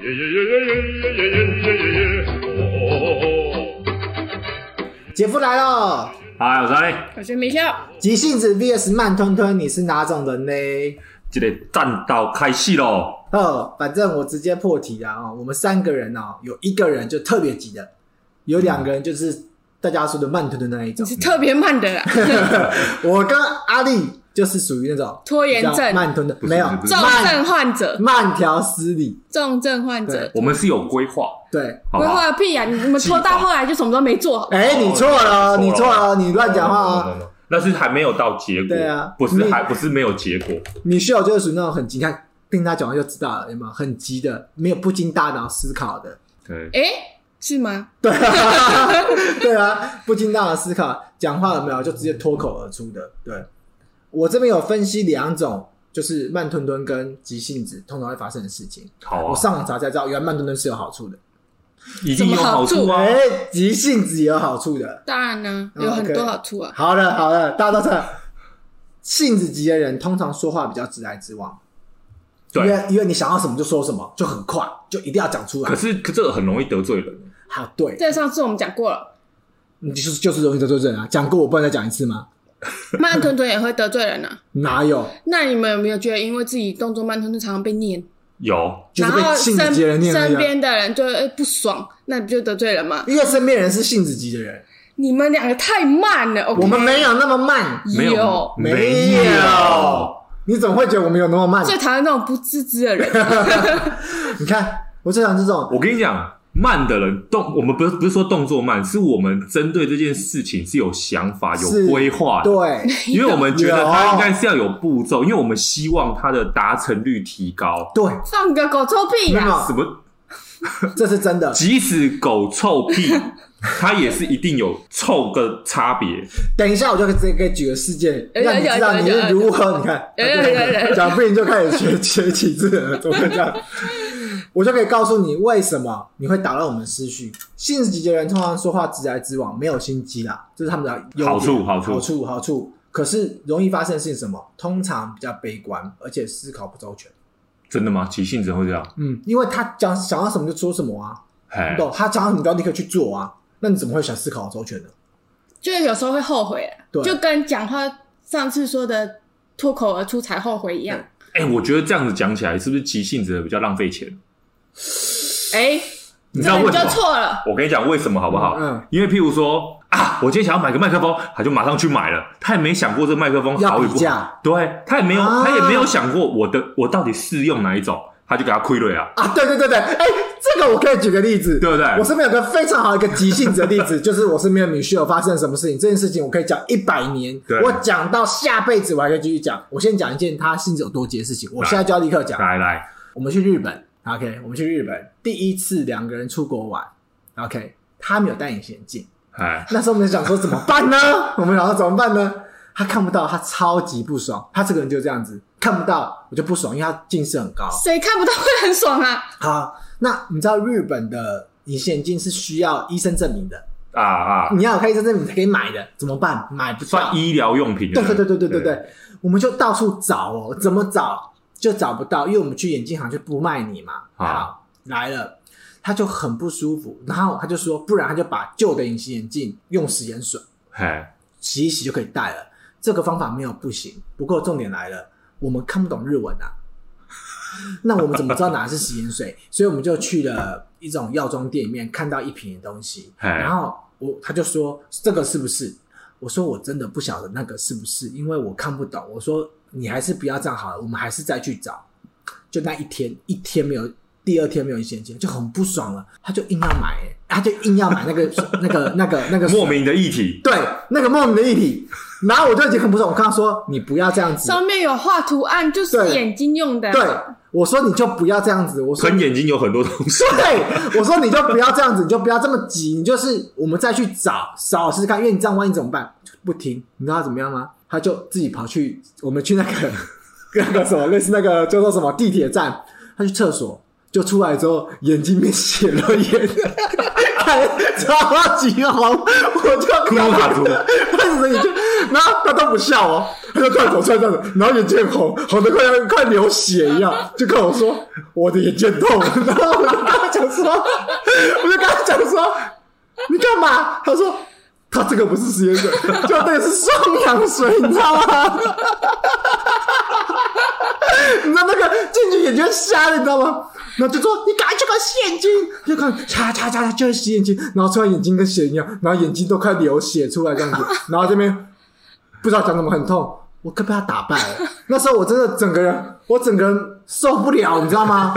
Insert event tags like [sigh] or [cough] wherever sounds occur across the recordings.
耶耶耶耶耶耶耶耶耶哦！姐夫来了，嗨，我是阿力，我是米笑，急性子 VS 慢吞吞，你是哪种人呢？这个战斗开始咯。呃，反正我直接破题了啊、我们三个人哦，有一个人就特别急的，有两个人就是大家说的慢吞吞的那一你种是。特别慢的啦，我跟阿力就是属于那种拖延症比较慢吞的，是没有不是重慢症患者，慢条斯理。重症患者，我们是有规划，对，好规不好？划个屁呀！你们拖到后来就什么都没做好，哎、你错了，你错了，你乱讲话啊！哦！那是还没有到结果，对啊不是你还不是没有结果，米秀就是属于那种很急，你看听他讲完就知道了，有没有？很急的，没有不经大脑思考的。对，哎，是吗？对啊， [laughs] 对啊，不经大脑思考，讲话了没有就直接脱口而出的。对我这边有分析两种，就是慢吞吞跟急性子通常会发生的事情。好我啊，上网查才知道，原来慢吞吞是有好处的，已经有好处啊哎、，急性子也有好处的。当然呢，哦有很多 OK 好处啊。好了好了，大家都知道，性子急的人通常说话比较直来直往，因对。为因为你想要什么就说什么，就很快，就一定要讲出来 [laughs] 可。是可这个很容易得罪人，好，对，这上次我们讲过了，你就是就是容易得罪人啊。讲过我不能再讲一次吗？慢吞吞也会得罪人啊。哪有？那你们有没有觉得，因为自己动作慢吞吞，常常被念，有就是然后被性子身急的人念而已身啊边的人就会不爽，那不就得罪人吗？因为身边人是性子急的人，你们两个太慢了，我们没有有那么慢，没有有，没没有。你怎么会觉得我们有那么慢？最讨厌那种不自知的人。你看，我最想这种我跟你讲，慢的人动，我们不是不是说动作慢，是我们针对这件事情是有想法、是有规划的。对，因为我们觉得有它应该是要有步骤，因为我们希望它的达成率提高。对，放个狗臭屁没呀、有什，么？这是真的。即使狗臭屁， [laughs] 它也是一定有臭个差别。等一下，我就直接给举个事件，有有让你知道有有你是如何。你看，有有 [laughs] 有有讲不赢就开始学学起自己了，怎么会这样？我就可以告诉你为什么你会打乱我们思绪。性子急的人通常说话直来直往，没有心机啦，这是他们的优点好处好处好处，好处。可是容易发生的事情是什么？通常比较悲观，而且思考不周全。真的吗？急性子会这样？嗯，因为他讲想要什么就说什么啊，哎你，懂？他讲什么就要立刻去做啊，那你怎么会想思考周全呢？就是有时候会后悔啊对就跟讲话上次说的脱口而出才后悔一样。哎、我觉得这样子讲起来，是不是急性子的比较浪费钱？哎、你知这道个为你什就么？错了。我跟你讲为什么好不好？嗯嗯因为譬如说啊，我今天想要买个麦克风，他就马上去买了，他也没想过这麦克风要好与比不好，价对他也没有，啊他也没有想过我的我到底适用哪一种，他就给他亏了呀。啊，对对对对，哎、这个我可以举个例子，对不对我身边有个非常好的一个急性子的例子， [laughs] 就是我身边的女婿有发生什么事情，这件事情我可以讲一百年对，我讲到下辈子我还可以继续讲。我先讲一件他性子有多急的事情，我现在就要立刻讲。来来，我们去日本，OK，我们去日本第一次两个人出国玩，OK，他没有戴隐形眼镜，哎，那时候我们就想说怎么办 [laughs] 呢？我们想说怎么办呢？他看不到，他超级不爽，他这个人就这样子，看不到我就不爽，因为他近视很高。谁看不到会很爽啊？好，那你知道日本的隐形眼镜是需要医生证明的，啊啊，你要有开医生证明才可以买的，怎么办？买不到算。医疗用品。对对对对对对对，我们就到处找哦，怎么找就找不到，因为我们去眼镜行就不卖你嘛。啊好，来了，他就很不舒服，然后他就说，不然他就把旧的隐形眼镜用食盐水哎，洗一洗就可以戴了。这个方法没有不行，不过重点来了，我们看不懂日文啊， [laughs] 那我们怎么知道哪是洗眼水？ [laughs] 所以我们就去了一种药妆店里面，看到一瓶的东西，嘿然后我他就说这个是不是？我说我真的不晓得那个是不是，因为我看不懂。我说你还是不要这样好了，我们还是再去找。就那一天，一天没有，第二天没有现金，就很不爽了。他就硬要买、欸他就硬要买那个那个那个那个 [laughs] 莫名的议题，对，那个莫名的一体，然后我就已经很不爽，我跟他说你不要这样子，上面有画图案，就是对眼睛用的、啊对，我说你就不要这样子，我说跟眼睛有很多东西。 [laughs] 对，我说你就不要这样子，你就不要这么急，你就是我们再去找找试试看，因为你这样万一怎么办？不听，你知道他怎么样吗？他就自己跑 [laughs] 去我们去那个那个什么类似那个叫做什么地铁站，他去厕所，就出来之后眼睛变血了眼， [laughs] 看超级红，我就哭哭啊哭为什么你就然后他都不笑哦，他就突然走出来这样子，然后眼睛很红，红的快要快流血一样，就跟我说我的眼睛很痛，然后我就跟他讲说， [laughs] 我就跟他讲说你干嘛？他说。他这个不是食盐水，就那个是双氧水，你知道吗？你知道那个进去眼睛瞎了，你知道吗？然后就说你赶快去看洗眼睛，就看擦擦擦擦就是洗眼睛，然后突然眼睛跟血一样，然后眼睛都快流血出来这样子，然后这边不知道讲什么很痛，我快被他打败了。那时候我真的整个人，我整个人受不了，你知道吗？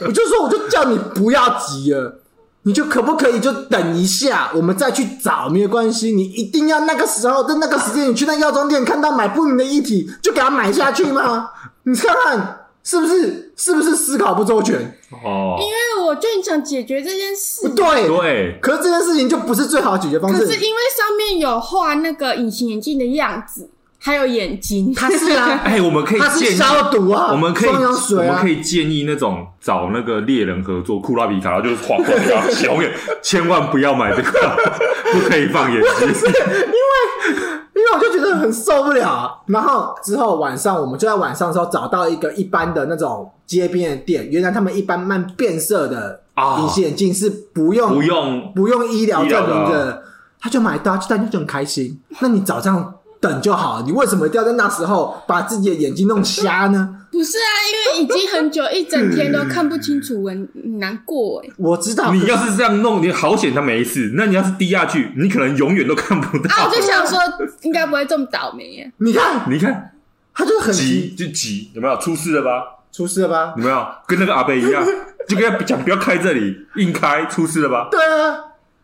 我就说我就叫你不要急了。你就可不可以就等一下，我们再去找，没有关系。你一定要那个时候，在那个时间，你去那药妆店看到买不明的液体，就给它买下去 [laughs] 吗？你看看是不是？是不是思考不周全？哦，因为我就很想解决这件事，对。对，可是这件事情就不是最好的解决方可式。是因为上面有画那个隐形眼镜的样子，还有眼睛， [laughs] 它是啊，哎，我们可以它是建议，消毒啊，我们可以，双氧我水们啊可。以建议那种找那个猎人合作，库拉皮卡，然后就是画画画写红眼，千万不要买这个，不可以放眼睛。因为我就觉得很受不了啊。然后之后晚上，我们就在晚上的时候找到一个一般的那种街边的店，原来他们一般卖变色的啊隐形眼镜是不用不 [laughs] 用不用医疗证明医疗的的，他就买到，就大家就很开心。那你早上等就好，你为什么一定要在那时候把自己的眼睛弄瞎呢？ [laughs] 不是啊，因为已经很久，一整天都看不清楚，我很难过哎。我知道，你要是这样弄，你好险他没事。那你要是低下去，你可能永远都看不到。啊，我就想说，应该不会这么倒霉啊耶。你看，你看他就是很急急，就急，有没有出事了吧？出事了吧？有没有跟那个阿贝一样，就跟他讲不要开这里，硬开出事了吧？对啊，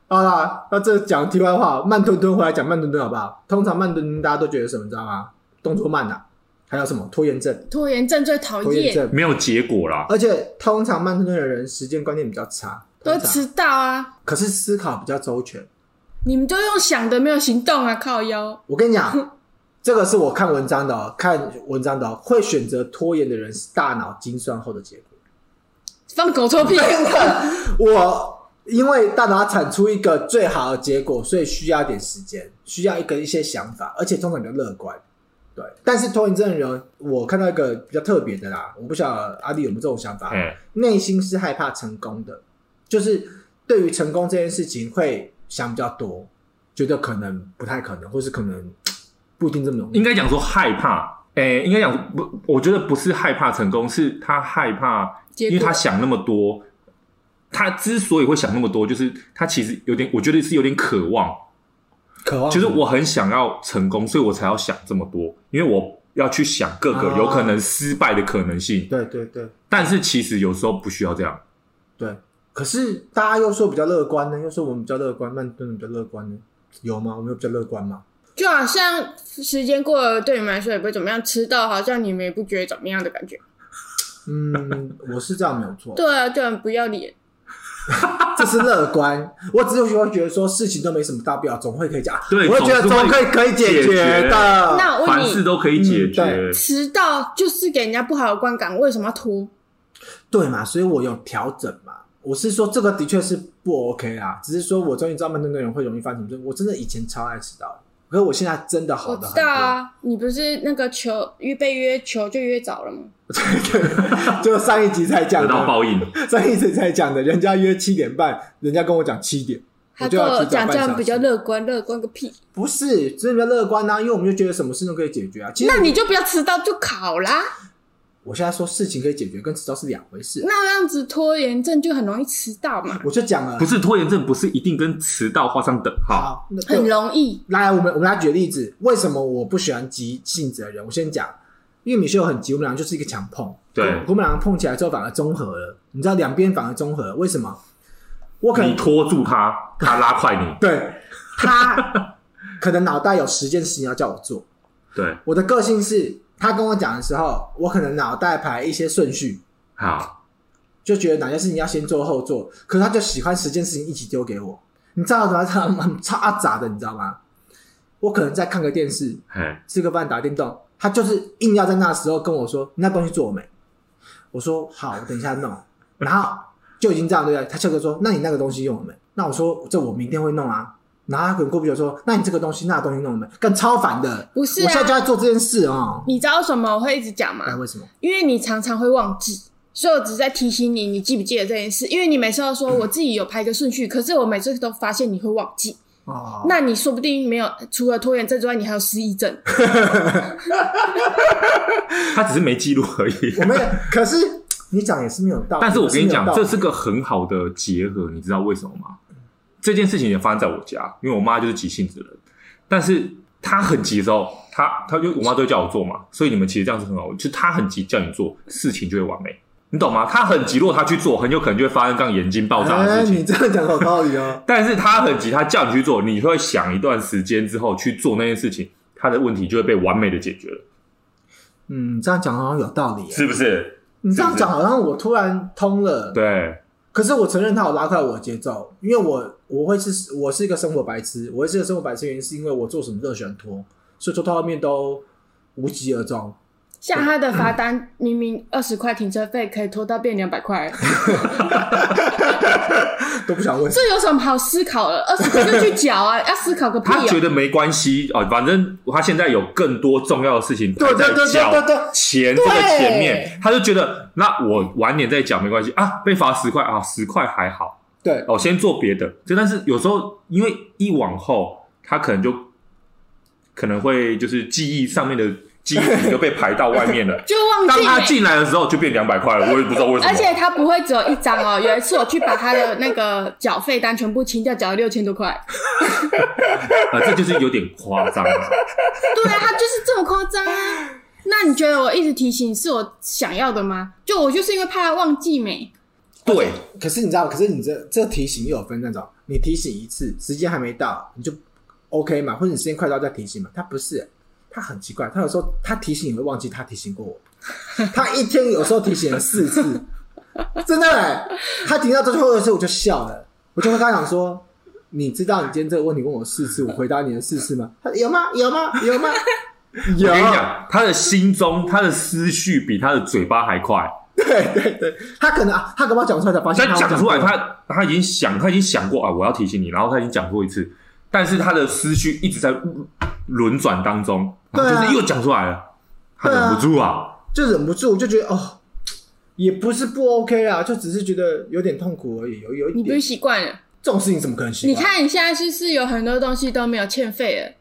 好啦，那这讲题外话，慢吞吞回来讲慢吞吞好不好？通常慢吞吞大家都觉得什么，你知道吗？动作慢啊，还有什么拖延症？拖延症最讨拖延厌，症，没有结果啦。而且通常慢吞吞的人时间观念比较差，都通常迟到啊！可是思考比较周全。你们都用想的，没有行动啊！靠腰，我跟你讲，这个是我看文章的、哦，看文章的、哦、会选择拖延的人是大脑精算后的结果。放狗臭哎屁！我因为大脑产出一个最好的结果，所以需要一点时间，需要一个一些想法，而且通常比较乐观。对，但是拖延症的人，我看到一个比较特别的啦，我不晓得阿丽有没有这种想法，哎，内心是害怕成功的，就是对于成功这件事情会想比较多，觉得可能不太可能，或是可能不一定这么容易。应该讲说害怕，哎，应该讲不，我觉得不是害怕成功，是他害怕，结因果为他想那么多。他之所以会想那么多，就是他其实有点，我觉得是有点渴望，渴望就是我很想要成功，所以我才要想这么多，因为我要去想各个啊有可能失败的可能性。对对对但是其实有时候不需要这样，对，可是大家又说比较乐观呢，又说我们比较乐观，曼顿比较乐观呢，有吗？我们有比较乐观吗？就好像时间过了，对你们来说也不会怎么样，迟到好像你们也不觉得怎么样的感觉。嗯，我是这样没有错，对啊，就很不要脸。这是乐观。我只有会觉得说事情都没什么大不了，总会可以讲，对我会觉得总是会总可以可以解决解决的。那我问凡事你，都可以解决。啊嗯迟到就是给人家不好的观感，为什么要拖？对嘛，所以我有调整嘛。我是说，这个的确是不 OK 啦，只是说我终于知道曼顿那个人会容易犯什么罪。我真的以前超爱迟到的，可是我现在真的好我的很知道多。啊，你不是那个球约被约球就约早了吗？ [laughs] 就上一集才讲得的，到报应， [laughs] 上一次才讲的，人家约七点半，人家跟我讲七点，他就跟要我提早讲半这小样时。比较乐观，乐观个屁！不是，真的比较乐观呐、啊因为我们就觉得什么事都可以解决啊。其实那你就不要迟到就考啦。我现在说事情可以解决，跟迟到是两回事。那样子拖延症就很容易迟到嘛，我就讲了，不是啊拖延症，不是一定跟迟到画上等号。好，那对很容易。来，我们我们来举例子，为什么我不喜欢急性子的人？我先讲，因为米秀很急，我们俩就是一个强碰，对我们俩碰起来之后反而综合了，你知道两边反而综合了，为什么？我可你能拖住他，他拉快你。对他可能脑袋有十件事情要叫我做，对，我的个性是，他跟我讲的时候，我可能脑袋排一些顺序，好，就觉得哪些事情要先做后做，可是他就喜欢十件事情一起丢给我，你知道吗？他蛮超阿杂的，你知道吗？我可能在看个电视，嘿，吃个饭打电动，他就是硬要在那时候跟我说：“你那东西做了没？”我说：“好，我等一下弄。”然后就已经这样对不对？他笑着说：“那你那个东西用了没？”那我说：“这我明天会弄啊。”然后他可能过不久说：“那你这个东西、那个东西弄了没？”更超烦的，不是啊我现在就在做这件事哦。你知道为什么我会一直讲哎，嗯吗？为什么？因为你常常会忘记，所以我只是在提醒你，你记不记得这件事？因为你每次都说我自己有排个顺序，可是我每次都发现你会忘记。哦，那你说不定没有，除了拖延症之外，你还有失忆症。他只是没记录而已。我们也可是你讲也是没有道理。啊但是我跟你也，讲没有道这理是个很好的结合，你知道为什么吗？这件事情也发生在我家，因为我妈就是急性子人，但是她很急的时候，她她就我妈都会叫我做嘛，所以你们其实这样是很好，就是她很急叫你做，事情就会完美，你懂吗？她很急，如果她去做，很有可能就会发生这样眼睛爆炸的哎，事情。你这样讲有道理哦。但是她很急，她叫你去做，你会想一段时间之后去做那件事情，她的问题就会被完美的解决了， [laughs] 嗯，这样讲好像有道理耶。是不是？你这样讲好像我突然通了。对，可是我承认他有拉快我的节奏，因为我我会是我是一个生活白痴，我会是一个生活白痴，原因是因为我做什么都喜欢拖，所以拖到后面都无疾而终。像他的罚单，明明二十块停车费，可以拖到变两百 [laughs] 块，都不想问。这有什么好思考的？二十块就去缴 [laughs] 啊，要思考个屁他觉哦！。得没关系哦，反正他现在有更多重要的事情对排在对对脚对对对前这对个前面，他就觉得那我晚点再讲没关系啊，被罚十块啊，十块还好对，哦，先做别的。就但是有时候因为一往后，他可能就可能会就是记忆上面的记忆体就被排到外 [laughs] 面了就忘当记他了。进来的时候就变两百块了，我也不知道为什么。而且他不会只有一张哦，有一次我去把他的那个缴费单全部清掉，缴了六千多块。啊，这就是有点夸 [laughs] 张了。对啊，他就是这么夸张啊！那你觉得我一直提醒是我想要的吗？就我就是因为怕他忘记没，对，可是你知道，可是你这这提醒又有分那种，你提醒一次，时间还没到，你就 OK 嘛，或者你时间快到再提醒嘛。他不是，他很奇怪，他有时候他提醒你会忘记他提醒过我，他一天有时候提醒了四次， [laughs] 真的、欸。他提到最后的时候我就笑了，我就会跟他讲说。你知道你今天这个问题问我四次，我回答你了四次吗？他说有吗？有吗？有吗？有我跟你讲，他的心中他的思绪比他的嘴巴还快。对对对，他可能啊，他可能讲出来才发现但他讲出来过了他，他已经想，他已经想过啊，我要提醒你，然后他已经讲过一次，但是他的思绪一直在轮转当中，然后对啊就是又讲出来了，他对啊忍不住啊，就忍不住就觉得哦，也不是不 OK 啊，就只是觉得有点痛苦而已，有有一你不是点习惯了？这种事情怎么可能啊习你惯？看你现在是不是有很多东西都没有欠费了？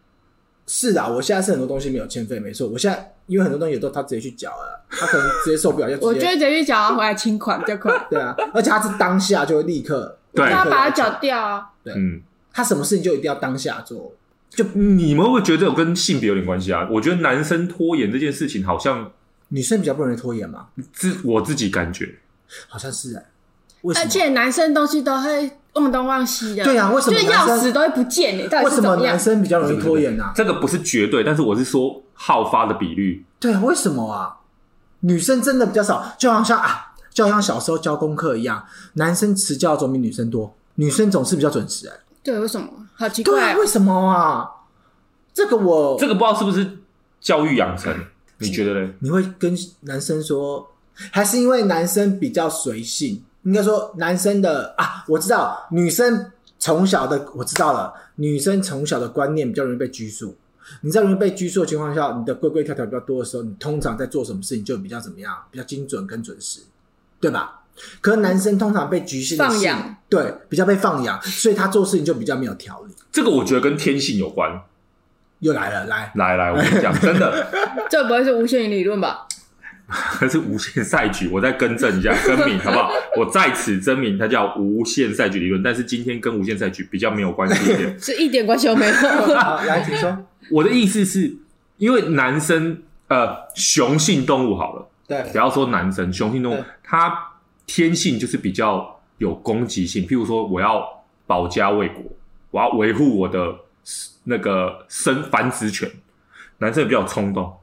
是啊，我现在是很多东西没有欠费，没错，我现在因为很多东西都他直接去缴了，他可能直接受不了就我直就接会直接去缴，然后回来清款比较快， [laughs] 对啊，而且他是当下就会立刻，对就要把它缴缴，掉啊。嗯，他什么事情就一定要当下做，就你们会觉得有跟性别有点关系啊？我觉得男生拖延这件事情好像女生比较不容易拖延嘛，自我自己感觉，好像是哎、为什而么？且男生东西都会忘东忘西的，对啊为什么就是男钥生匙都会不见欸呢？到为底什是怎么么样男？生比较容易拖延啊？这个不是绝对，但是我是说好发的比率，对啊，为什么啊？女生真的比较少，就好像啊，就好像小时候教功课一样，男生迟教总比女生多，女生总是比较准时、哎，对，为什么？好奇对怪啊，哦，为什么啊？这个我，这个不知道是不是教育养成，你觉得嘞？你会跟男生说，还是因为男生比较随性？应该说男生的啊，我知道，女生从小的我知道了，女生从小的观念比较容易被拘束。你在容易被拘束的情况下，你的规规条条比较多的时候，你通常在做什么事情就比较怎么样，比较精准跟准时，对吧？可是男生通常被局限的放是养，对，比较被放养，所以他做事情就比较没有条理。这个我觉得跟天性有关。又来了，来，来来，我跟你讲，真的。这不会是无限理论吧？。它是无限赛局，我再更正 [laughs] 一下，声明好不好？我在此声明，它叫无限赛局理论，但是今天跟无限赛局比较没有关系一点是一点关系都没有。好，来，请说。我的意思是，因为男生呃，雄性动物好了， [laughs] 对不，要说男生，雄性动物对它天性就是比较有攻击性，譬如说我要保家卫国，我要维护我的那个生繁殖权，男生也比较冲动，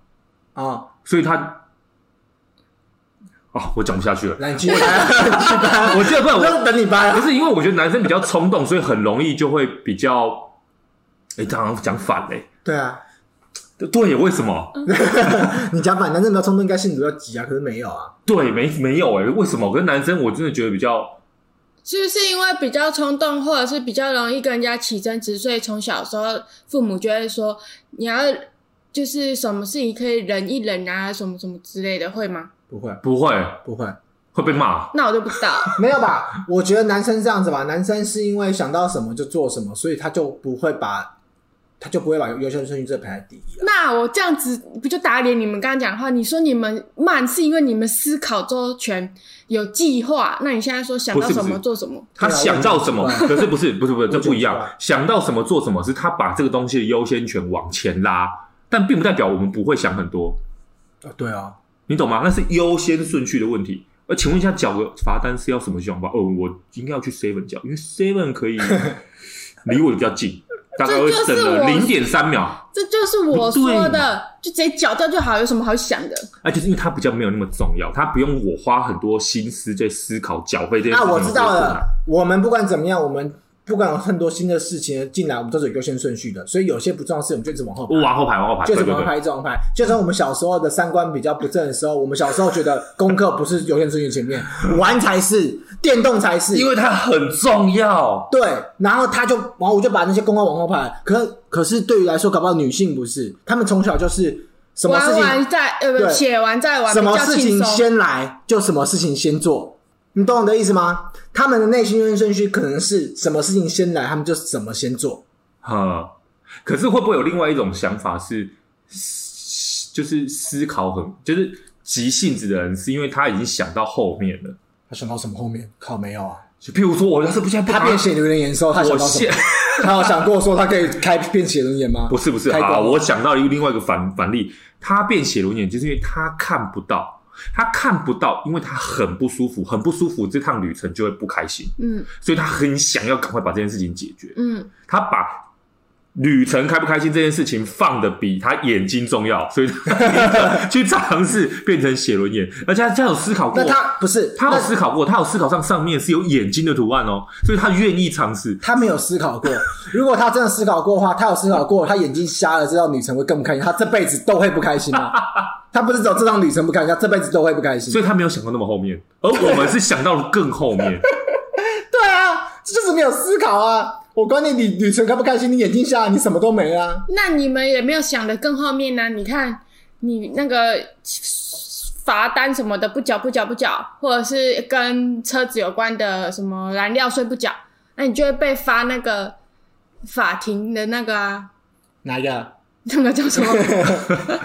啊、所以他啊、我讲不下去 [laughs] 了。来，你继续来，你继续来，我记得不然我我就等你掰啊不。是因为我觉得男生比较冲动，所以很容易就会比较，哎、这好像讲反嘞、对啊，对对，为什么？你讲反，男生比较冲动，应该性子比较急啊，可是没有啊。对，没没有哎、为什么？跟男生我真的觉得比较是不是因为比较冲动，或者是比较容易跟人家起争执，所以从小时候父母就会说你要就是什么事情可以忍一忍啊，什么什么之类的，会吗？不会，不会不会，会被骂，那我就不知道。没有吧？我觉得男生这样子吧，男生是因为想到什么就做什么，所以他就不会把，他就不会把优先顺序这排在第一啊。 [laughs] 那我这样子不就打脸你们刚刚讲的话？你说你们慢是因为你们思考周全，有计划。那你现在说想到不是不什是么做什么？他想到什么，对啊我可是不是不是不是，这不一我觉得样不。想到什么做什么，是他把这个东西的优先权往前拉，但并不代表我们不会想很多，哦对啊，你懂吗？那是优先顺序的问题。而请问一下，缴个罚单是要什么想法？哦，我应该要去 Seven 缴，因为 Seven 可以离我比较近，大概会省了这就是我零点三秒。这就是我说的，就直接缴掉就好，有什么好想的？而且是因为它比较没有那么重要，它不用我花很多心思在思考缴费这件那事情。啊我知道有多困难了。，我们不管怎么样，我们不管有很多新的事情进来，我们都是有优先顺序的，所以有些不重要的事，我们就一直往后排。往后排，往后排，就对是嗯对王对，牌一直王牌，就算我们小时候的三观比较不正的时候，我们小时候觉得功课不是优先顺序前面，玩才是，电动才是，因为它很重要。对，然后他就，然后我就把那些功课往后排。可可是对于来说，搞不好女性不是，她们从小就是什么事玩情完再呃不对写完再玩，什么比较事轻情松。先来就什么事情先做，你懂我的意思吗？他们的内心优先顺序可能是什么事情先来，他们就什么先做。哈，可是会不会有另外一种想法是，思就是思考很，就是急性子的人，是因为他已经想到后面了。他想到什么后面？靠，没有啊！就譬如说，我要是不现在不他打变血流言的时候，他想我到什现？[laughs] 么？他有想过说他可以开变血轮眼吗不是不是开光好，我想到一个另外一个反反例，他变血轮眼就是因为他看不到，他看不到，因为他很不舒服，很不舒服，这趟旅程就会不开心，嗯所以他很想要赶快把这件事情解决。嗯，他把旅程开不开心这件事情放的比他眼睛重要，所以他去尝试变成写轮眼，而且他他有思考过那，他不是他那有思考过，他有思考上上面是有眼睛的图案哦，所以他愿意尝试。他没有思考过。如果他真的思考过的话，他有思考过，他眼睛瞎了，这趟旅程会更不开心，他这辈子都会不开心吗？他不是走这趟旅程不开心，他这辈子都会不开心所。以他没有想到那么后面，而我们是想到了更后面。 [laughs] 对啊，这就是没有思考啊！我管你旅旅程开不开心，你眼睛瞎，你什么都没啊。那你们也没有想的更后面呢、你看你那个罚单什么的不缴不缴不缴，或者是跟车子有关的什么燃料税不缴，那你就会被发那个法庭的那个啊，哪一个？那个叫什么？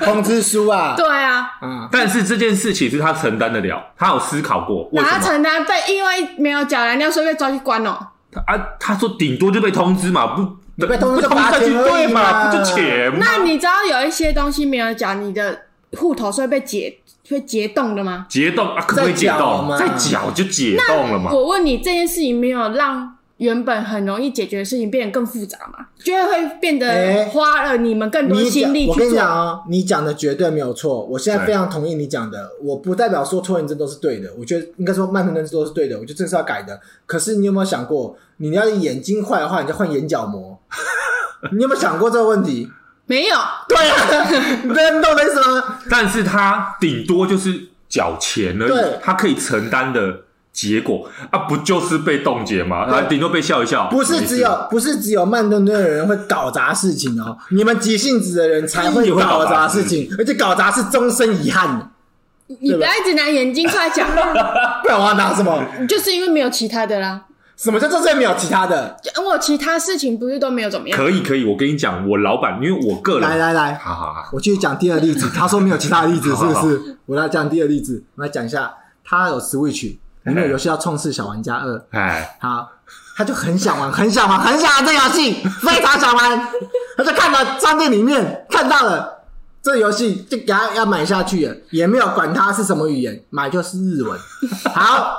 通知书啊？对啊，啊，但是这件事情是他承担得了，他有思考过为拿什么承担被因为没有缴燃料税被抓去关哦了。啊？他说顶多就被通知嘛，不你被通知不就通知罚下去钱而已对嘛，嘛不就钱嘛？那你知道有一些东西没有缴，你的户头是会被解会解冻的吗？解冻啊，可不可以解再搅冻？嘛再搅就解冻了嘛？我问你，这件事情没有让原本很容易解决的事情变得更复杂吗？就会变得哎花了你们更多你心讲力，我去跟你讲做。啊、你讲的绝对没有错。我现在对非常同意你讲的，我不代表说拖延症都是对的，我觉得应该说慢吞吞都是对的，我觉得这是要改的。可是你有没有想过，你要是眼睛坏的话，你就换眼角膜。 [laughs] 你有没有想过这个问题？没有，对啊，你真的懂我的意思吗？但是他顶多就是缴钱而已对，他可以承担的结果啊，不就是被冻结吗？啊，顶多被笑一笑，不是没事只有不是只有慢吞吞的人会搞砸事情哦，你们急性子的人才会搞砸事情，而且搞砸是终身遗憾的。你不要一直拿眼睛出来 [laughs] 讲，不然我要拿什么？就是因为没有其他的啦。什么叫做最没有其他的？就呃我其他事情不是都没有怎么样，可以可以，我跟你讲，我老板，因为我个人，来来来，好好好，我继续讲第二例子。他说没有其他的例子，是好不好好是？我来讲第二例子，我们来讲一下，他有 Switch，里面有游戏叫《创世小玩家二》，哎，他他就很想玩，很想玩，很想玩这游戏，非常想玩。他就看到商店里面看到了这游戏，就给他要买下去了，也没有管它是什么语言，买就是日文。好，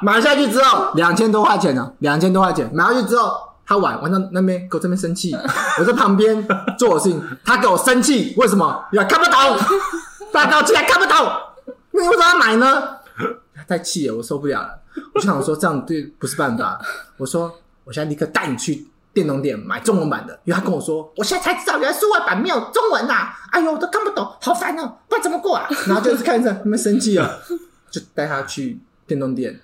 买下去之后两千多块钱呢、两千多块钱买下去之后。他玩玩到那边，给我这边生气，我在旁边做我事情，他给我生气，为什么？呀，看不懂，大道竟然看不懂，那你为什么要买呢？太气了，我受不了了。我就想说这样对不是办法。我说我现在立刻带你去电动店买中文版的，因为他跟我说，我现在才知道原来数位版没有中文呐、哎呦，我都看不懂，好烦哦，不知道怎么过啊。然后就是看着他们生气了，就带他去电动店，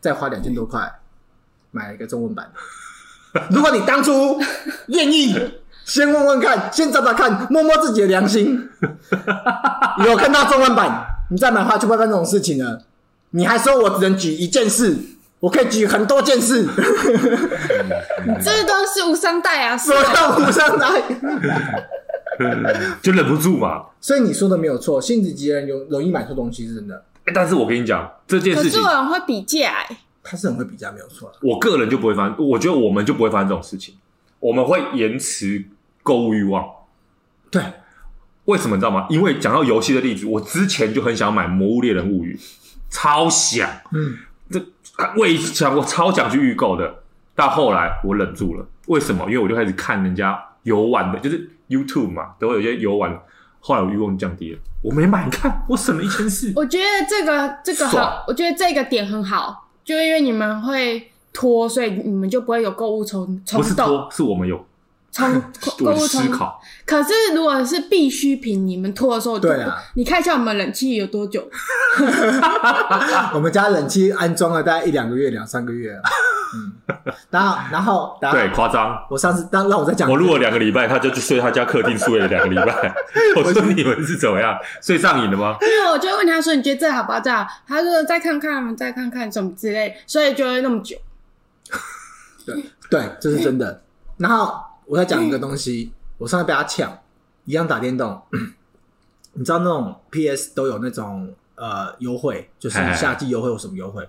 再花两千多块买了一个中文版的。如果你当初愿意，先问问看，先找找看，摸摸自己的良心，有看到中文版，你再买的话就不会发生这种事情了。你还说我只能举一件事，我可以举很多件 [laughs] 事，这都是无伤大 [laughs] 雅什事么。叫无伤大雅？就忍不住嘛。所以你说的没有错，性子急的人容容易买错东西，是真的。哎但是我跟你讲这件可事是情，我很会比价、欸，他是很会比价，没有错啊啦。我个人就不会发生，我觉得我们就不会发生这种事情，我们会延迟购物欲望。对，为什么你知道吗？因为讲到游戏的例子，我之前就很想买《魔物猎人物语》，超想，嗯，这啊我也想我超想去预购的，但后来我忍住了。为什么？因为我就开始看人家游玩的，就是 YouTube 嘛，都会有一些游玩。后来我欲望降低了，我没买，你看我省了一千四。我觉得这个这个爽好，我觉得这个点很好，就因为你们会拖，所以你们就不会有购物冲冲不是动，多，是我们有 [laughs] 冲我购的物思冲。考，可是如果是必需品，你们拖的时候，对啊，你看一下我们冷气有多久， [laughs] 我们家冷气安装了大概一两个月、两三个月了。嗯，然后，然后，然后，对，夸张。我上次让让我再讲一 [laughs] 我次，录了两个礼拜，他就去睡他家客厅睡了两个 [laughs] 礼拜。我说你们是怎么样睡上瘾了吗？因为我就问他说你觉得这好不好？这好？他说再看看，再看看什么之类，所以就会那么久。对，这是真的。然后我再讲一个东西，我上次被他呛，一样打电动。 [clears throat] 你知道那种 PS 都有那种呃优惠，就是嘿嘿夏季优惠或什么优惠，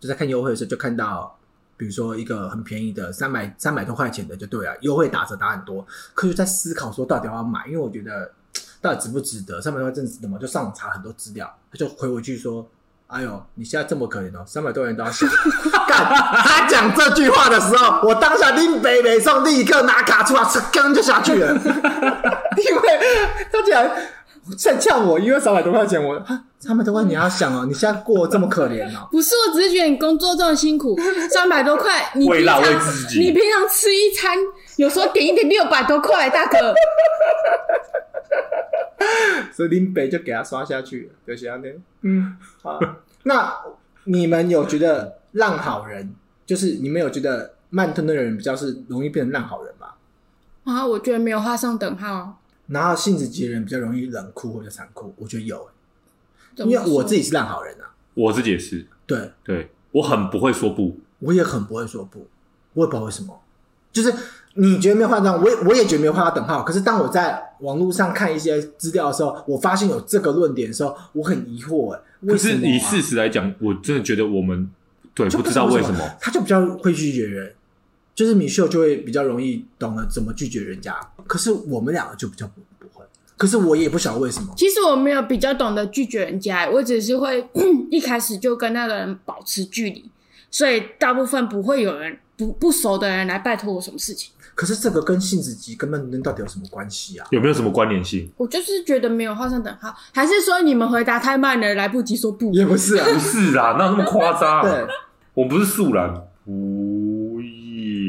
就在看优惠的时候就看到，比如说一个很便宜的三百三百多块钱的就对了，优惠打折打很多，可是就在思考说到底要不要买，因为我觉得到底值不值得，三百多块真的值得吗？就上网查很多资料，他就回回去说。哎呦，你现在这么可怜哦，三百多元都要想干。他讲这句话的时候，我当下拎北北送，立刻拿卡出来，刚就下去了。 [laughs] 因为他竟然在呛我，因为三百多块钱，我啊三百多块你要想哦，你现在过得这么可怜 [laughs] 哦，不是，我只是觉得你工作这么辛 [laughs] 苦，三百多块，你为平了常为自己你平常吃一餐，有时候点一点六百多块，大哥，所以林北就给他刷下去了，就写那天，嗯，好。那你们有觉得浪好人，就是你们有觉得慢吞吞的人比较是容易变成浪好人吗？然后我觉得没有画上等号。然后性子急的人比较容易冷酷或者残酷，我觉得有、欸怎么因为我说自己是烂好人啊，我自己也是，对对我很不会说不，我也很不会说不，我也不知道为什么，就是你觉得没有画上，我也我也觉得没有画到等号。可是当我在网络上看一些资料的时候，我发现有这个论点的时候，我很疑惑、欸，可为什是么、以啊？事实来讲，我真的觉得我们对就不知道为为什么，他就比较会拒绝人，就是米秀就会比较容易懂得怎么拒绝人家，可是我们两个就比较不不会，可是我也不晓得为什么。其实我没有比较懂得拒绝人家，我只是会 [clears throat] 一开始就跟那个人保持距离，所以大部分不会有人不不熟的人来拜托我什么事情。可是这个跟性子急跟慢吞吞到底有什么关系啊？有没有什么关联性？我就是觉得没有画上等号，还是说你们回答太慢了，来不及说不？也不是啊，不是啊，哪有那么夸张、对，我不是素人，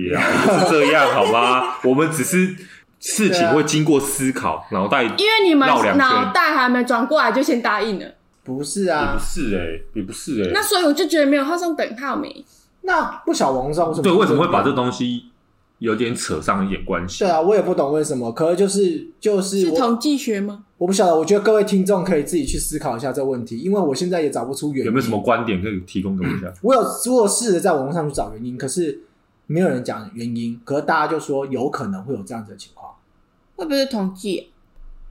不要不是这样好 [laughs] 吗？我们只是事对情啊会经过思考，脑袋因为你们绕两圈脑袋还没转过来就先答应了，不是也啊不。是哎、也不是哎、那所以我就觉得没有画上等号欸没。那不晓得网上为什么对，为什么会把这东西有点扯上一点关系对？啊，我也不懂为什么，可是就是就是是我统计学吗？我不晓得，我觉得各位听众可以自己去思考一下这个问题，因为我现在也找不出原因。有没有什么？观点可以提供给我一下？嗯我有我有试着在网络上去找原因，可是没有人讲原因，可是大家就说有可能会有这样子的情况。会不会是统计？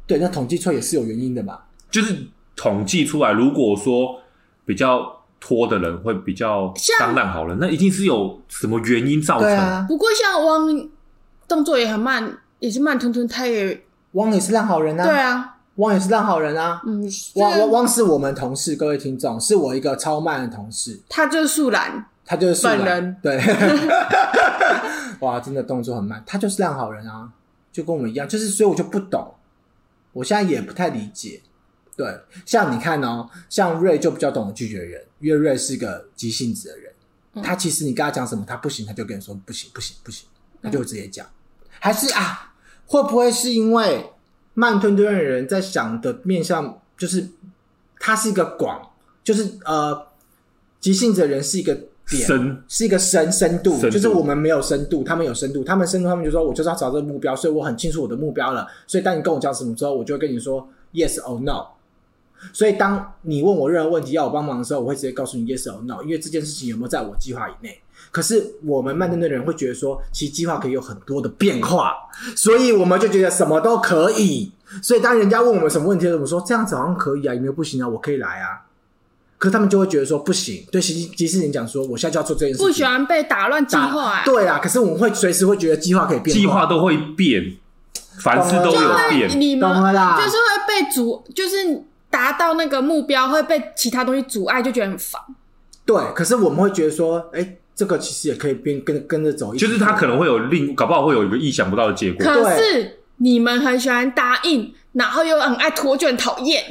对，那统计出来也是有原因的嘛？就是统计出来，如果说比较拖的人会比较像当烂好人，那一定是有什么原因造成。对啊，不过像汪动作也很慢，也是慢吞吞，他也汪也是烂好人啊，对，啊，汪也是烂好人啊。嗯，汪汪就是汪是我们同事，各位听众，是我一个超慢的同事，他就是素兰，他就是素本懒人对， [laughs] 哇，真的动作很慢，他就是烂好人啊，就跟我们一样，就是所以我就不懂，我现在也不太理解。对，像你看哦，像瑞就比较懂得拒绝人，因为瑞是个急性子的人，嗯他其实你跟他讲什么，他不行，他就跟你说不行不行不行，他就直接讲，还是啊，会不会是因为慢吞吞的人在想的面向，就是它是一个广，就是呃，急性子的人是一个点，深是一个深深度，深度就是我们没有深度，他们有深度，他们深度，他们就说我就是要找这个目标，所以我很清楚我的目标了。所以当你跟我讲什么之后，我就会跟你说 yes or no。所以当你问我任何问题要我帮忙的时候，我会直接告诉你 yes or no，因为这件事情有没有在我计划以内。可是我们慢吞吞的人会觉得说，其实计划可以有很多的变化，所以我们就觉得什么都可以。所以当人家问我们什么问题的时候，我们说这样子好像可以啊，有没有不行啊？我可以来啊。可是他们就会觉得说不行，对习习近平讲说，我现在就要做这件事情，不喜欢被打乱计打划、啊，对啦，可是我们会随时会觉得计划可以变计划都会变，凡事都就有会变。你们懂了啦就是会被阻，就是达到那个目标会被其他东西阻碍，就觉得很烦。对，可是我们会觉得说，哎，这个其实也可以变跟跟着走一起就做，是他可能会有另，搞不好会有一个意想不到的结果。可是你们很喜欢答应，然后又很爱拖，就很讨厌。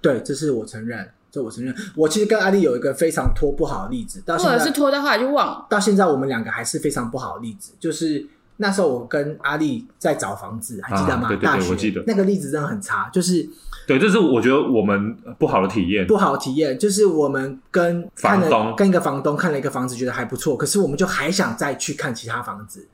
对，这是我承认，这我承认。我其实跟阿丽有一个非常拖不好的例子，到现或者是在拖到后来就忘了。到现在我们两个还是非常不好的例子，就是。那时候我跟阿丽在找房子，还记得吗？啊对对对大学我记得那个例子真的很差，就是对，这是我觉得我们不好的体验。不好体验，就是我们跟看房了东跟一个房东看了一个房子，觉得还不错，可是我们就还想再去看其他房子，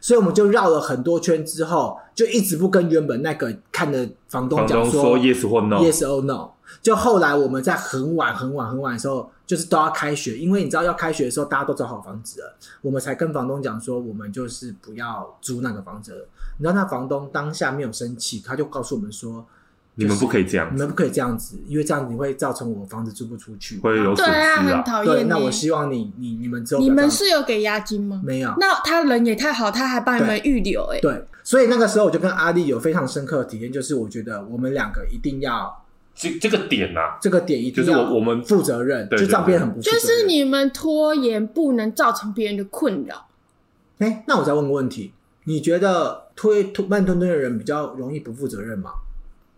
所以我们就绕了很多圈之后，就一直不跟原本那个看的房东房讲东说 yes 或 no， yes or no。就后来我们在很晚很晚很晚的时候，就是都要开学，因为你知道要开学的时候，大家都找好房子了，我们才跟房东讲说，我们就是不要租那个房子了。你知道那房东当下没有生气，他就告诉我们说，你们不可以这样你子，们不可以这样子，因为这样子会造成我房子租不出去。会有损对失啊，很啊。讨厌对，欸。那我希望你你你们之后不你要这样们子是有给押金吗？没有那他人也太好，他还帮你们预留哎、对，所以那个时候我就跟阿丽有非常深刻的体验，就是我觉得我们两个一定要这这个点啊，这个点一定要就是我我们负责任，对就这样对变得很不负责就任是你们拖延不能造成别人的困扰。哎，那我再问个问题，你觉得推推慢吞吞的人比较容易不负责任吗？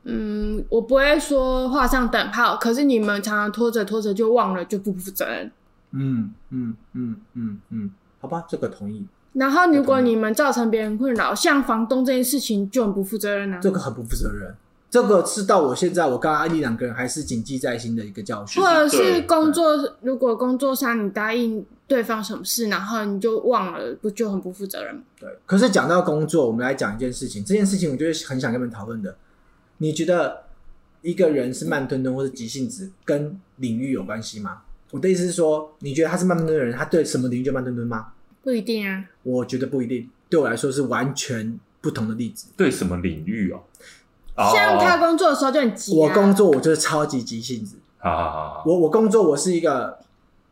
嗯，我不会说画上等号，可是你们常常拖着拖着就忘了，就不负责任。嗯嗯嗯嗯嗯，好吧，这个同意，然后如果你们造成别人困扰，像房东这件事情就很不负责任啊。这个很不负责任，这个是到我现在我跟安利两个人还是谨记在心的一个教训或。者对是工作，如果工作上你答应对方什么事，然后你就忘了，不就很不负责任吗？对，可是讲到工作，我们来讲一件事情，这件事情我就是很想跟你们讨论的。你觉得一个人是慢吞吞或是急性子，跟领域有关系吗？我的意思是说，你觉得他是慢吞吞的人，他对什么领域就慢吞吞吗？不一定啊。我觉得不一定，对我来说是完全不同的例子。对什么领域哦？像他哦，工作的时候就很急、啊，我工作我就是超级急性子，好好好好，我我工作我是一个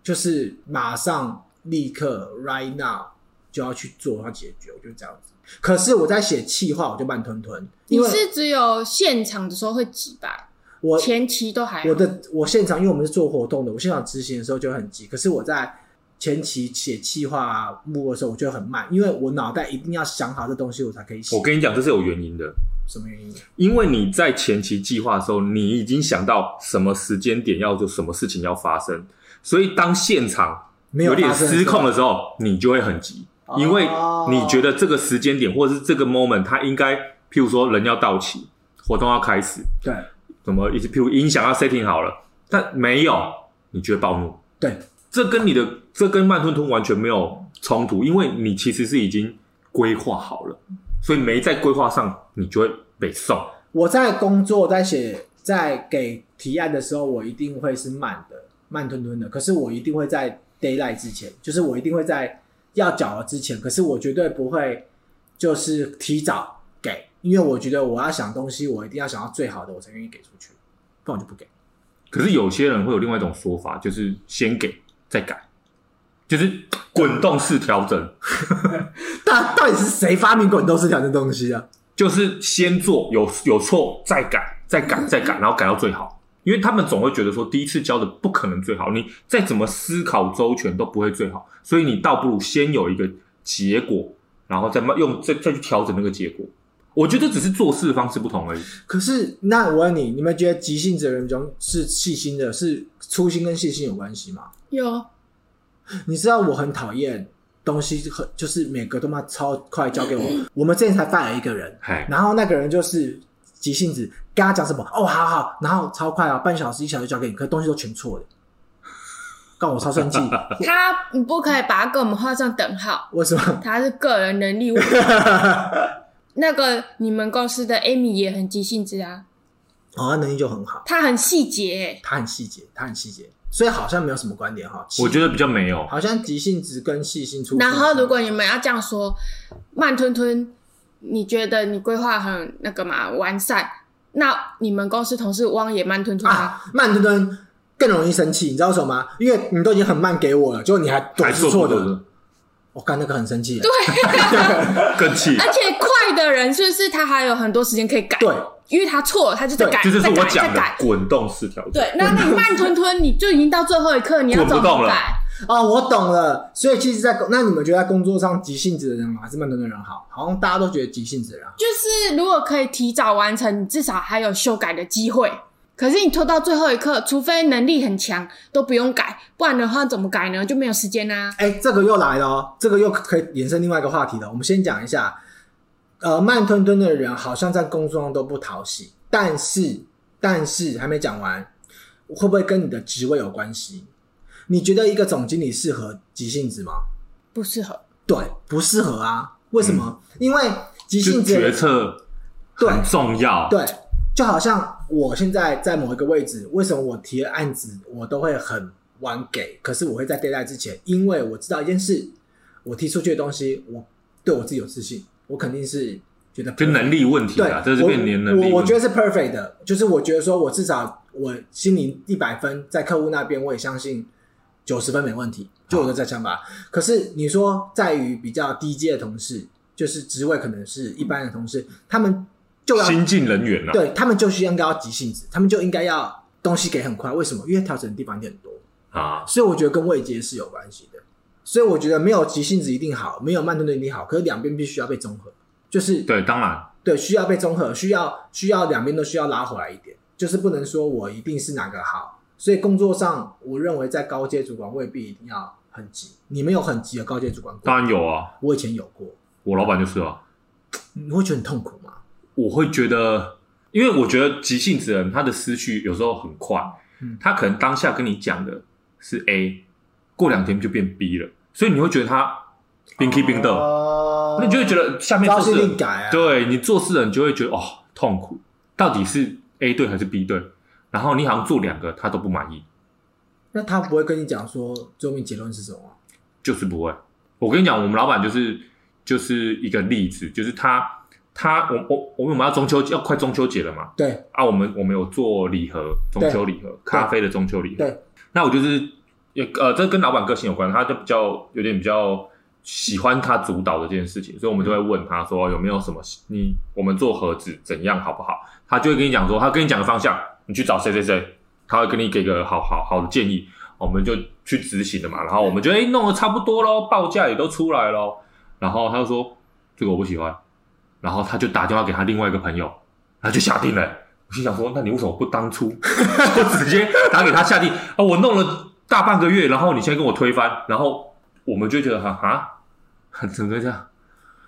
就是马上立刻 right now 就要去做要解决，我就是这样子。可是我在写气话，我就慢吞吞，因你为是只有现场的时候会急吧？我前期都还好我的我现场，因为我们是做活动的，我现场执行的时候就很急。可是我在前期写气话幕的时候，我就很慢，因为我脑袋一定要想好这东西，我才可以写。我跟你讲，这是有原因的，什么原因？因为你在前期计划的时候，你已经想到什么时间点要做什么事情要发生，所以当现场没有点发生的失控时候的时候，你就会很急，哦因为你觉得这个时间点或者是这个 moment，它应该，譬如说人要到齐，活动要开始，对什么一直譬如音响要 setting 好了，但没有，你就会暴怒。对，这跟你的这跟慢吞吞完全没有冲突，因为你其实是已经规划好了，所以没在规划上，你就会被送。我在工作，在写，在给提案的时候，我一定会是慢的，慢吞吞的。可是我一定会在 d a y l i g h t 之前，就是我一定会在要缴了之前，可是我绝对不会就是提早给，因为我觉得我要想东西，我一定要想到最好的，我才愿意给出去，不然我就不给。可是有些人会有另外一种说法，就是先给再改，就是滚动式调整，到到底是谁发明滚动式调整东西啊的？就是先做有有错再改，再改再改，然后改到最好。因为他们总会觉得说，第一次教的不可能最好，你再怎么思考周全都不会最好，所以你倒不如先有一个结果，然后再慢用再再去调整那个结果。我觉得只是做事方式不同而已。可是那我问你，你们觉得急性子的人中是细心的，是粗心跟细心有关系吗？有你知道我很讨厌东西很就是每个都妈超快交给 [laughs] 我。我们之前才犯了一个人，嗨，然后那个人就是急性子，跟他讲什么哦，好好，然后超快啊，半小时一小时就交给你，可东西都全错的，告我超生气，他你不可以把他跟我们画上等号，为什 [laughs] 么？他是个人能力问题。那个你们公司的 Amy 也很急性子啊，哦，他能力就很好，她很细节、欸，他很细节，他很细节，所以好像没有什么观点哈。我觉得比较没有，好像急性子跟细心出。然后，如果你们要这样说，慢吞吞，你觉得你规划很那个嘛完善，那你们公司同事汪也慢吞吞啊，啊，慢吞吞更容易生气，你知道为什么吗？因为你都已经很慢给我了，结果你还总还是做错不的。的我干、那个很生气。对，更气。而且快的人是不是他还有很多时间可以改？对，因为他错了，他就在对改，这就是再我改，再讲的改。滚动式调整。对，那你慢吞吞，你就已经到最后一刻， [laughs] 你要滚不怎动么了改？哦，我懂了。所以其实在，工，那你们觉得在工作上急性子的人好，还是慢吞吞的人好？好像大家都觉得急性子的人好。就是如果可以提早完成，你至少还有修改的机会。可是你拖到最后一刻，除非能力很强，都不用改，不然的话怎么改呢？就没有时间啊啦、哎、这个又来了哦，这个又可以延伸另外一个话题了。我们先讲一下，呃，慢吞吞的人好像在工作上都不讨喜，但是但是还没讲完，会不会跟你的职位有关系？你觉得一个总经理适合急性子吗？不适合。对，不适合啊。为什么？因为急嗯就性子决策对很重要。对，就好像我现在在某一个位置，为什么我提的案子我都会很晚给？可是我会在 deadline 之前，因为我知道一件事，我提出去的东西，我对我自己有自信，我肯定是觉得就能力问题对啊，，这是我变年能力问题。我我觉得是 perfect 的，就是我觉得说我至少我心里一百分，在客户那边我也相信九十分没问题，就我的这想法。可是你说在于比较低阶的同事，就是职位可能是一般的同事，他们就要新进人员啊，对他们就是应该要急性子，他们就应该要东西给很快。为什么？因为调整的地方有点多，啊，所以我觉得跟位阶是有关系的。所以我觉得没有急性子一定好，没有慢吞吞一定好，可是两边必须要被综合，就是对，当然对，需要被综合，需要需要两边都需要拉回来一点，就是不能说我一定是哪个好。所以工作上，我认为在高阶主管未必一定要很急。你没有很急的高阶主管过，当然有啊，我以前有过，我老板就是啊，你会觉得很痛苦吗？我会觉得，因为我觉得急性子的人他的思绪有时候很快，嗯他可能当下跟你讲的是 A，过两天就变 B 了，所以你会觉得他冰 k 冰的，哦那你就会觉得下面朝夕做事令人，改啊，对你做事的人就会觉得哦痛苦，到底是 A 对还是 B 对？然后你好像做两个他都不满意，那他不会跟你讲说最后面结论是什么吗？就是不会。我跟你讲，我们老板就是就是一个例子，就是他他我我我们要中秋要快中秋节了嘛对啊，我们我们有做礼盒，中秋礼盒，咖啡的中秋礼盒。对，那我就是也呃，这跟老板个性有关，他就比较有点比较喜欢他主导的这件事情，所以我们就会问他说有没有什么你我们做盒子怎样好不好？他就会跟你讲说，他跟你讲个方向，你去找谁谁谁，他会给你给个好好好的建议，我们就去执行了嘛。然后我们觉得哎、诶弄得差不多咯，报价也都出来咯，然后他就说这个我不喜欢，然后他就打电话给他另外一个朋友，他就下定了、我心想说，那你为什么不当初 [laughs] 就直接打给他下定？啊，我弄了大半个月，然后你现在跟我推翻，然后我们就觉得哈哈， [laughs] 怎么会这样？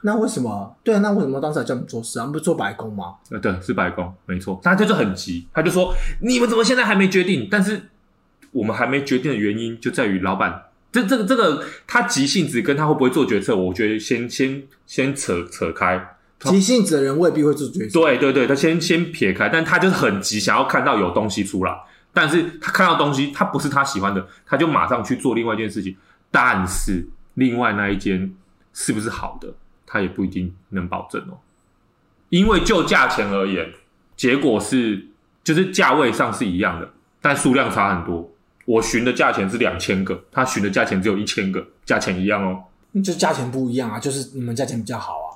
那为什么？对啊，那为什么当时还叫你们做事啊？你不是做白工吗？呃，对，是白宫，没错。他就是很急，他就说你们怎么现在还没决定？但是我们还没决定的原因就在于老板，这这个这个他急性子跟他会不会做决策，我觉得先先先扯扯开。他急性子的人未必会做决策。对对对，他先先撇开，但他就是很急，想要看到有东西出来。但是他看到东西，他不是他喜欢的，他就马上去做另外一件事情。但是另外那一间是不是好的，他也不一定能保证哦。因为就价钱而言，结果是就是价位上是一样的，但数量差很多。我寻的价钱是两千个，他寻的价钱只有一千个，价钱一样哦。那就价钱不一样啊，就是你们价钱比较好啊。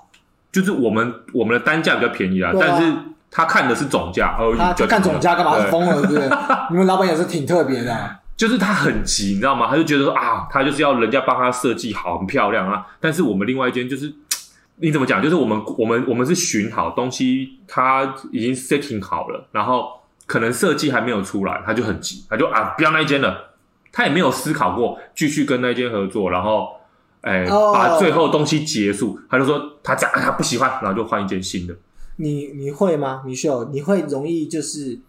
就是我们我们的单价比较便宜啊，对啊但是他看的是总嗯价哦而已。他就他看总价干嘛？对他疯了是不是？ [laughs] 你们老板也是挺特别的啊。就是他很急，你知道吗？他就觉得说啊，他就是要人家帮他设计好，很漂亮啊。但是我们另外一间就是，你怎么讲？就是我们我们我们是寻好东西，他已经 setting 好了，然后可能设计还没有出来，他就很急，他就啊不要那一间了，他也没有思考过继续跟那一间合作，然后哎、哦把最后东西结束。他就说他这样他不喜欢，然后就换一间新的。你你会吗，米秀？你会容易就是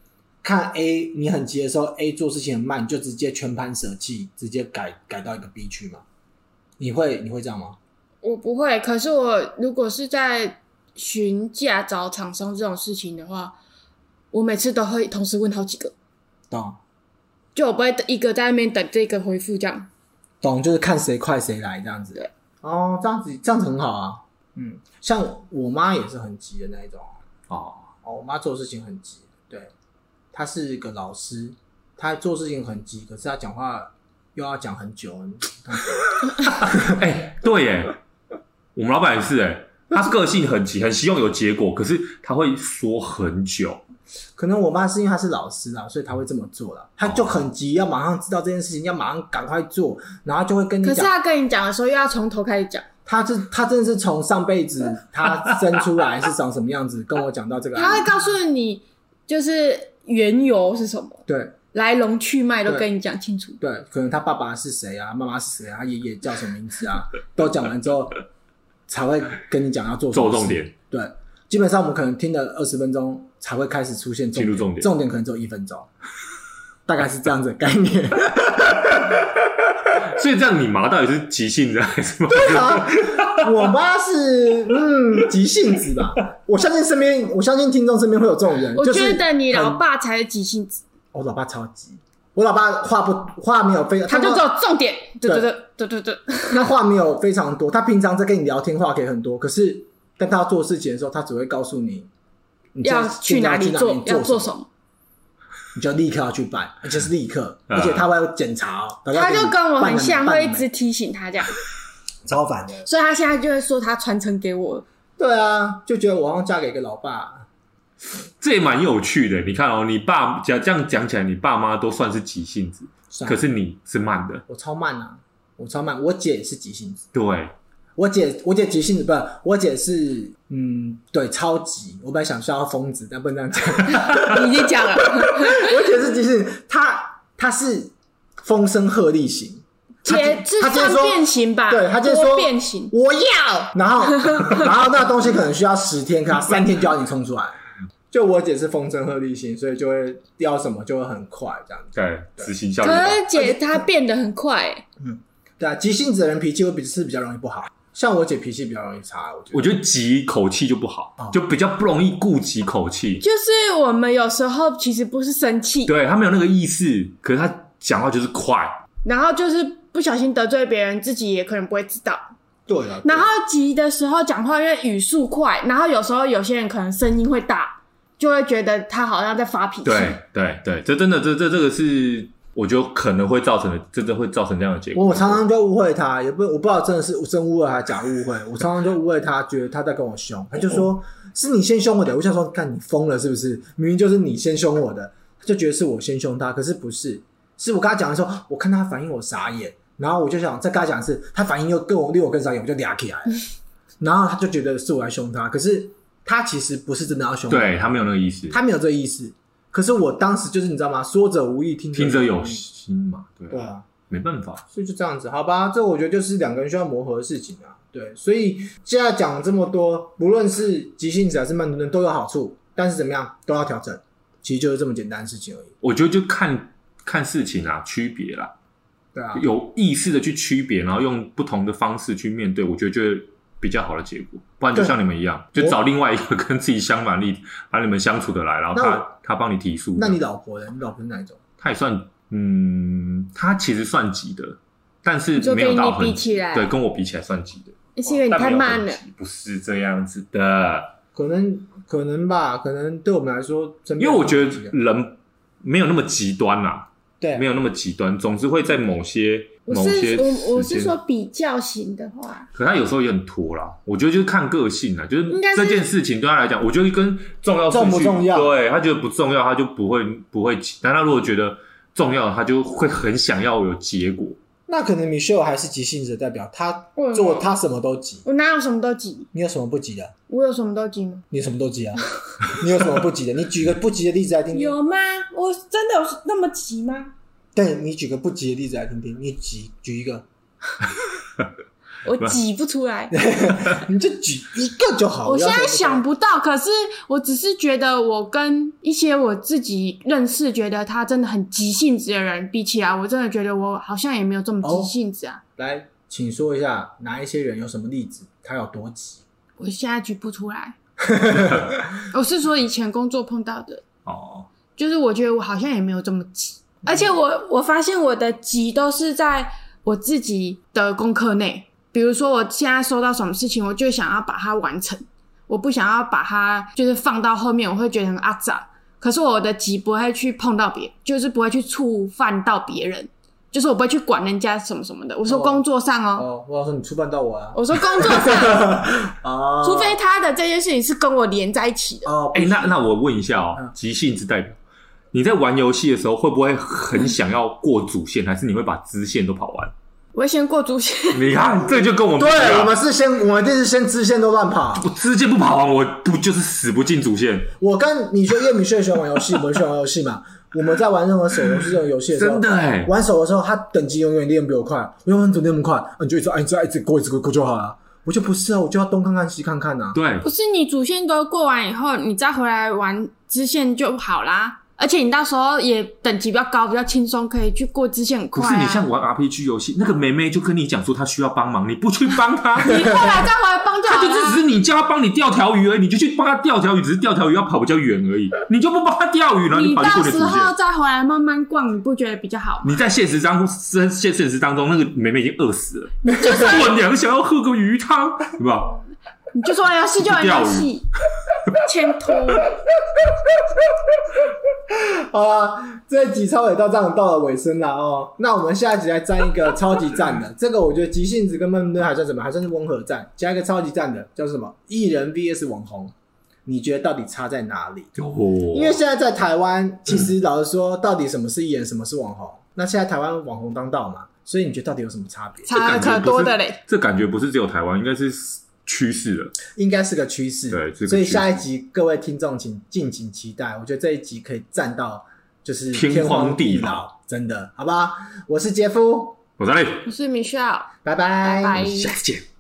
看 A 你很急的时候，A 做事情很慢，你就直接全盘舍弃，直接改改到一个 B 区吗？你会你会这样吗？我不会，可是我如果是在询价找厂商这种事情的话，我每次都会同时问好几个，懂就我不会一个在那边等这个回复这样。懂，就是看谁快谁来这样子对。哦，这样子这样子很好啊。嗯，像我妈也是很急的那一种啊。哦，哦，我妈做事情很急，对，她是一个老师，她做事情很急，可是她讲话又要讲很久，嗯很痛苦哎、对耶，我们老板也是哎，他个性很急，很希望有结果，可是他会说很久。可能我妈是因为她是老师啦，所以她会这么做啦。她就很急，要马上知道这件事情，要马上赶快做，然后就会跟可你是讲，他跟你讲的时候，又要从头开始讲，她是她真的是从上辈子她生出来是长什么样子，跟我讲到这个他案会例，告诉你就是缘由是什么，对来龙去脉都对跟你讲清楚。对，可能她爸爸是谁啊，妈妈是谁啊，她爷爷叫什么名字啊，都讲完之后才会跟你讲要做什么做事重点，对，基本上我们可能听了二十分钟才会开始出现重进入点，重点重点可能只有一分钟， [laughs] 大概是这样子的概 [laughs] 念。所以这样你麻到底是急性子还是什么？ [laughs] 我妈是嗯急性子吧，我相信身边，我相信听众身边会有这种人。我就是觉得你很老，爸才是急性子，我老爸超级，我老爸话不话没有非，他就只有重点，对对对对对对对，那话没有非常多，他平常在跟你聊天话可以很多，可是但他做事情的时候，他只会告诉你你要去去哪里做做，，要做做什，么。你就立刻要去办，而且是立刻，啊而且他会检查哦，他就跟我很像，半会年一直提醒他这样，超烦的。所以他现在就会说他传承给我了。对啊，就觉得我好像嫁给一个老爸，这也蛮有趣的。你看哦，你爸讲这样讲起来，你爸妈都算是急性子，算了可是你是慢的。哎我超慢啊，我超慢，我姐也是急性子。对，我姐，我姐急性子不是，我姐是嗯，对，超级。我本来想说她疯子，但不能这样讲。 [laughs] 你已经讲了，我姐是急性，子，她她是风声鹤唳型，她姐就是她就是算说变形吧？对，她就是多说变形。我要，然后然后那东西可能需要十天，可她三天就要你冲出来。就我姐是风声鹤唳型，所以就会要什么就会很快这样子。对，执行效率可高。是姐她变得很快、欸，对啊，急性子的人脾气会比是比较容易不好，像我姐脾气比较容易差，我觉得。我觉得急口气就不哦好，就比较不容易顾及口气。就是我们有时候其实不是生气，对他没有那个意识，可是他讲话就是快。然后就是不小心得罪别人，自己也可能不会知道。对啊，然后急的时候讲话，因为语速快，然后有时候有些人可能声音会大，就会觉得他好像在发脾气。对对对，这真的这这这个是我觉得可能会造成的，真的会造成这样的结果。我常常就误会他，也不我不知道真的是真误会还是假误会。我常常就误会他，觉得他在跟我凶，他就说哦是你先凶我的。我想说，看你疯了是不是？明明就是你先凶我的，他就觉得是我先凶他，可是不是，是我跟他讲的时候，我看他反应我傻眼，然后我就想再跟他讲一次，他反应又跟我令我更傻眼，我就俩起 [laughs] 来了，然后他就觉得是我来凶他，可是他其实不是真的要凶我，对他没有那个意思，他没有这意思。可是我当时就是你知道吗？说者无意，听听者有意心嘛，对对啊。没办法。所以就这样子，好吧？这我觉得就是两个人需要磨合的事情啊。对，所以现在讲这么多，不论是急性子还是慢吞吞，都有好处，但是怎么样都要调整，其实就是这么简单的事情而已。我觉得就看看事情啦，区别啦，对啊，有意识的去区别，然后用不同的方式去面对，我觉得就会比较好的结果。不然就对像你们一样，就我找另外一个跟自己相反力，把你们相处的来，然后那他我他帮你提速。那你老婆呢？你老婆是哪一种？他也算，嗯，他其实算急的，但是就没有跟到你很比起来对，跟我比起来算急的，是因为你但没太有慢很了。急，不是这样子的，可能可能吧，可能对我们来说，因因为我觉得人没有那么极端啦、啊对没有那么极端，总是会在某些我某些是我我时是间说，比较型的话，可他有时候也很拖啦，我觉得就是看个性啦，就是应该是这件事情对他来讲，我觉得跟重要顺序重不重要对他觉得不重要，他就不会不会急，但他如果觉得重要，他就会很想要有结果。那可能 Michelle 还是急性子的代表，她嗯做她什么都急。我哪有什么都急？你有什么不急的？我有什么都急吗？你有什么都急啊？ [laughs] 你有什么不急的？你举个不急的例子来听听。有吗？我真的有那么急吗？对你举个不急的例子来听听。你急，举一个。我挤不出来。你就举一个就 [laughs] 好。我现要在说不想不到，可是我只是觉得我跟一些我自己认识觉得他真的很急性子的人比起来，我真的觉得我好像也没有这么哦急性子啊。多来，请说一下哪一些人有什么例子，他有多急？我现在举不出来。我是说以前工作碰到的，哦，就是我觉得我好像也没有这么急，而且我我发现我的急都是在我自己的功课内，比如说我现在收到什么事情，我就想要把它完成，我不想要把它就是放到后面，我会觉得很阿杂。可是我的急不会去碰到别，就是不会去触犯到别人，就是我不会去管人家什么什么的。我说哦工作上哦，哦，我要说你触犯到我啊！我说工作上，哦，除非他的这件事情是跟我连在一起的，哦，哎、那那我问一下哦嗯，急性子代表，你在玩游戏的时候会不会很想要过主线，还是你会把支线都跑完？我会先过主线。你看，这就跟我们不一对，样我们是先，我们这是先支线都乱跑。我支线不跑完，我不就是死不进主线？我跟你说，叶米炫喜欢玩游戏，我也喜欢玩游戏嘛。 [laughs] 我们在玩任何手游这种游戏的时候，真的哎、玩手的时候，他等级永远练比我快，我永远怎么那么快？啊你就一直按，一直按，一直过，一直过过就好了。我就不是啊，我就要东看看西看看啊。对 [laughs] 不，是你主线都过完以后，你再回来玩支线就好啦。而且你到时候也等级比较高，比较轻松，可以去过支线很可快、啊。是你像玩 RPG 游戏，那个梅梅就跟你讲说她需要帮忙，你不去帮她，你后来再回来帮就她好啊就啦。是只是你叫她帮你钓条鱼而已，你就去帮她钓条鱼，只是钓条鱼要跑比较远而已，你就不帮她钓鱼，然后你跑去到过你的主时线。候再回来慢慢逛，你不觉得比较好吗？你在现实当中，现现现实当中，那个妹妹已经饿死了，我娘想要喝个鱼汤，对吧？你就说玩哎游戏就玩游 [laughs] 戏，牵拖。好啦，这一集超伟到这样到了尾声了哦。那我们下一集来占一个超级赞 [laughs] 的，这个我觉得急性子跟闷闷还算什么，还算是温和战，加一个超级赞的叫什么？艺人 VS 网红，你觉得到底差在哪里？哦，因为现在在台湾，其实老实说，到底什么是艺人，什么是网红？那现在台湾网红当道嘛，所以你觉得到底有什么差别？差可多的嘞。这感觉不是只有台湾，应该是趋势了。应该是个趋势。对是个所以趋势下一集各位听众请敬请期待，我觉得这一集可以站到就是天荒荒地老老，真的，好不好？我是杰夫，我在那里，我是 Michelle，拜拜哎拜下次见。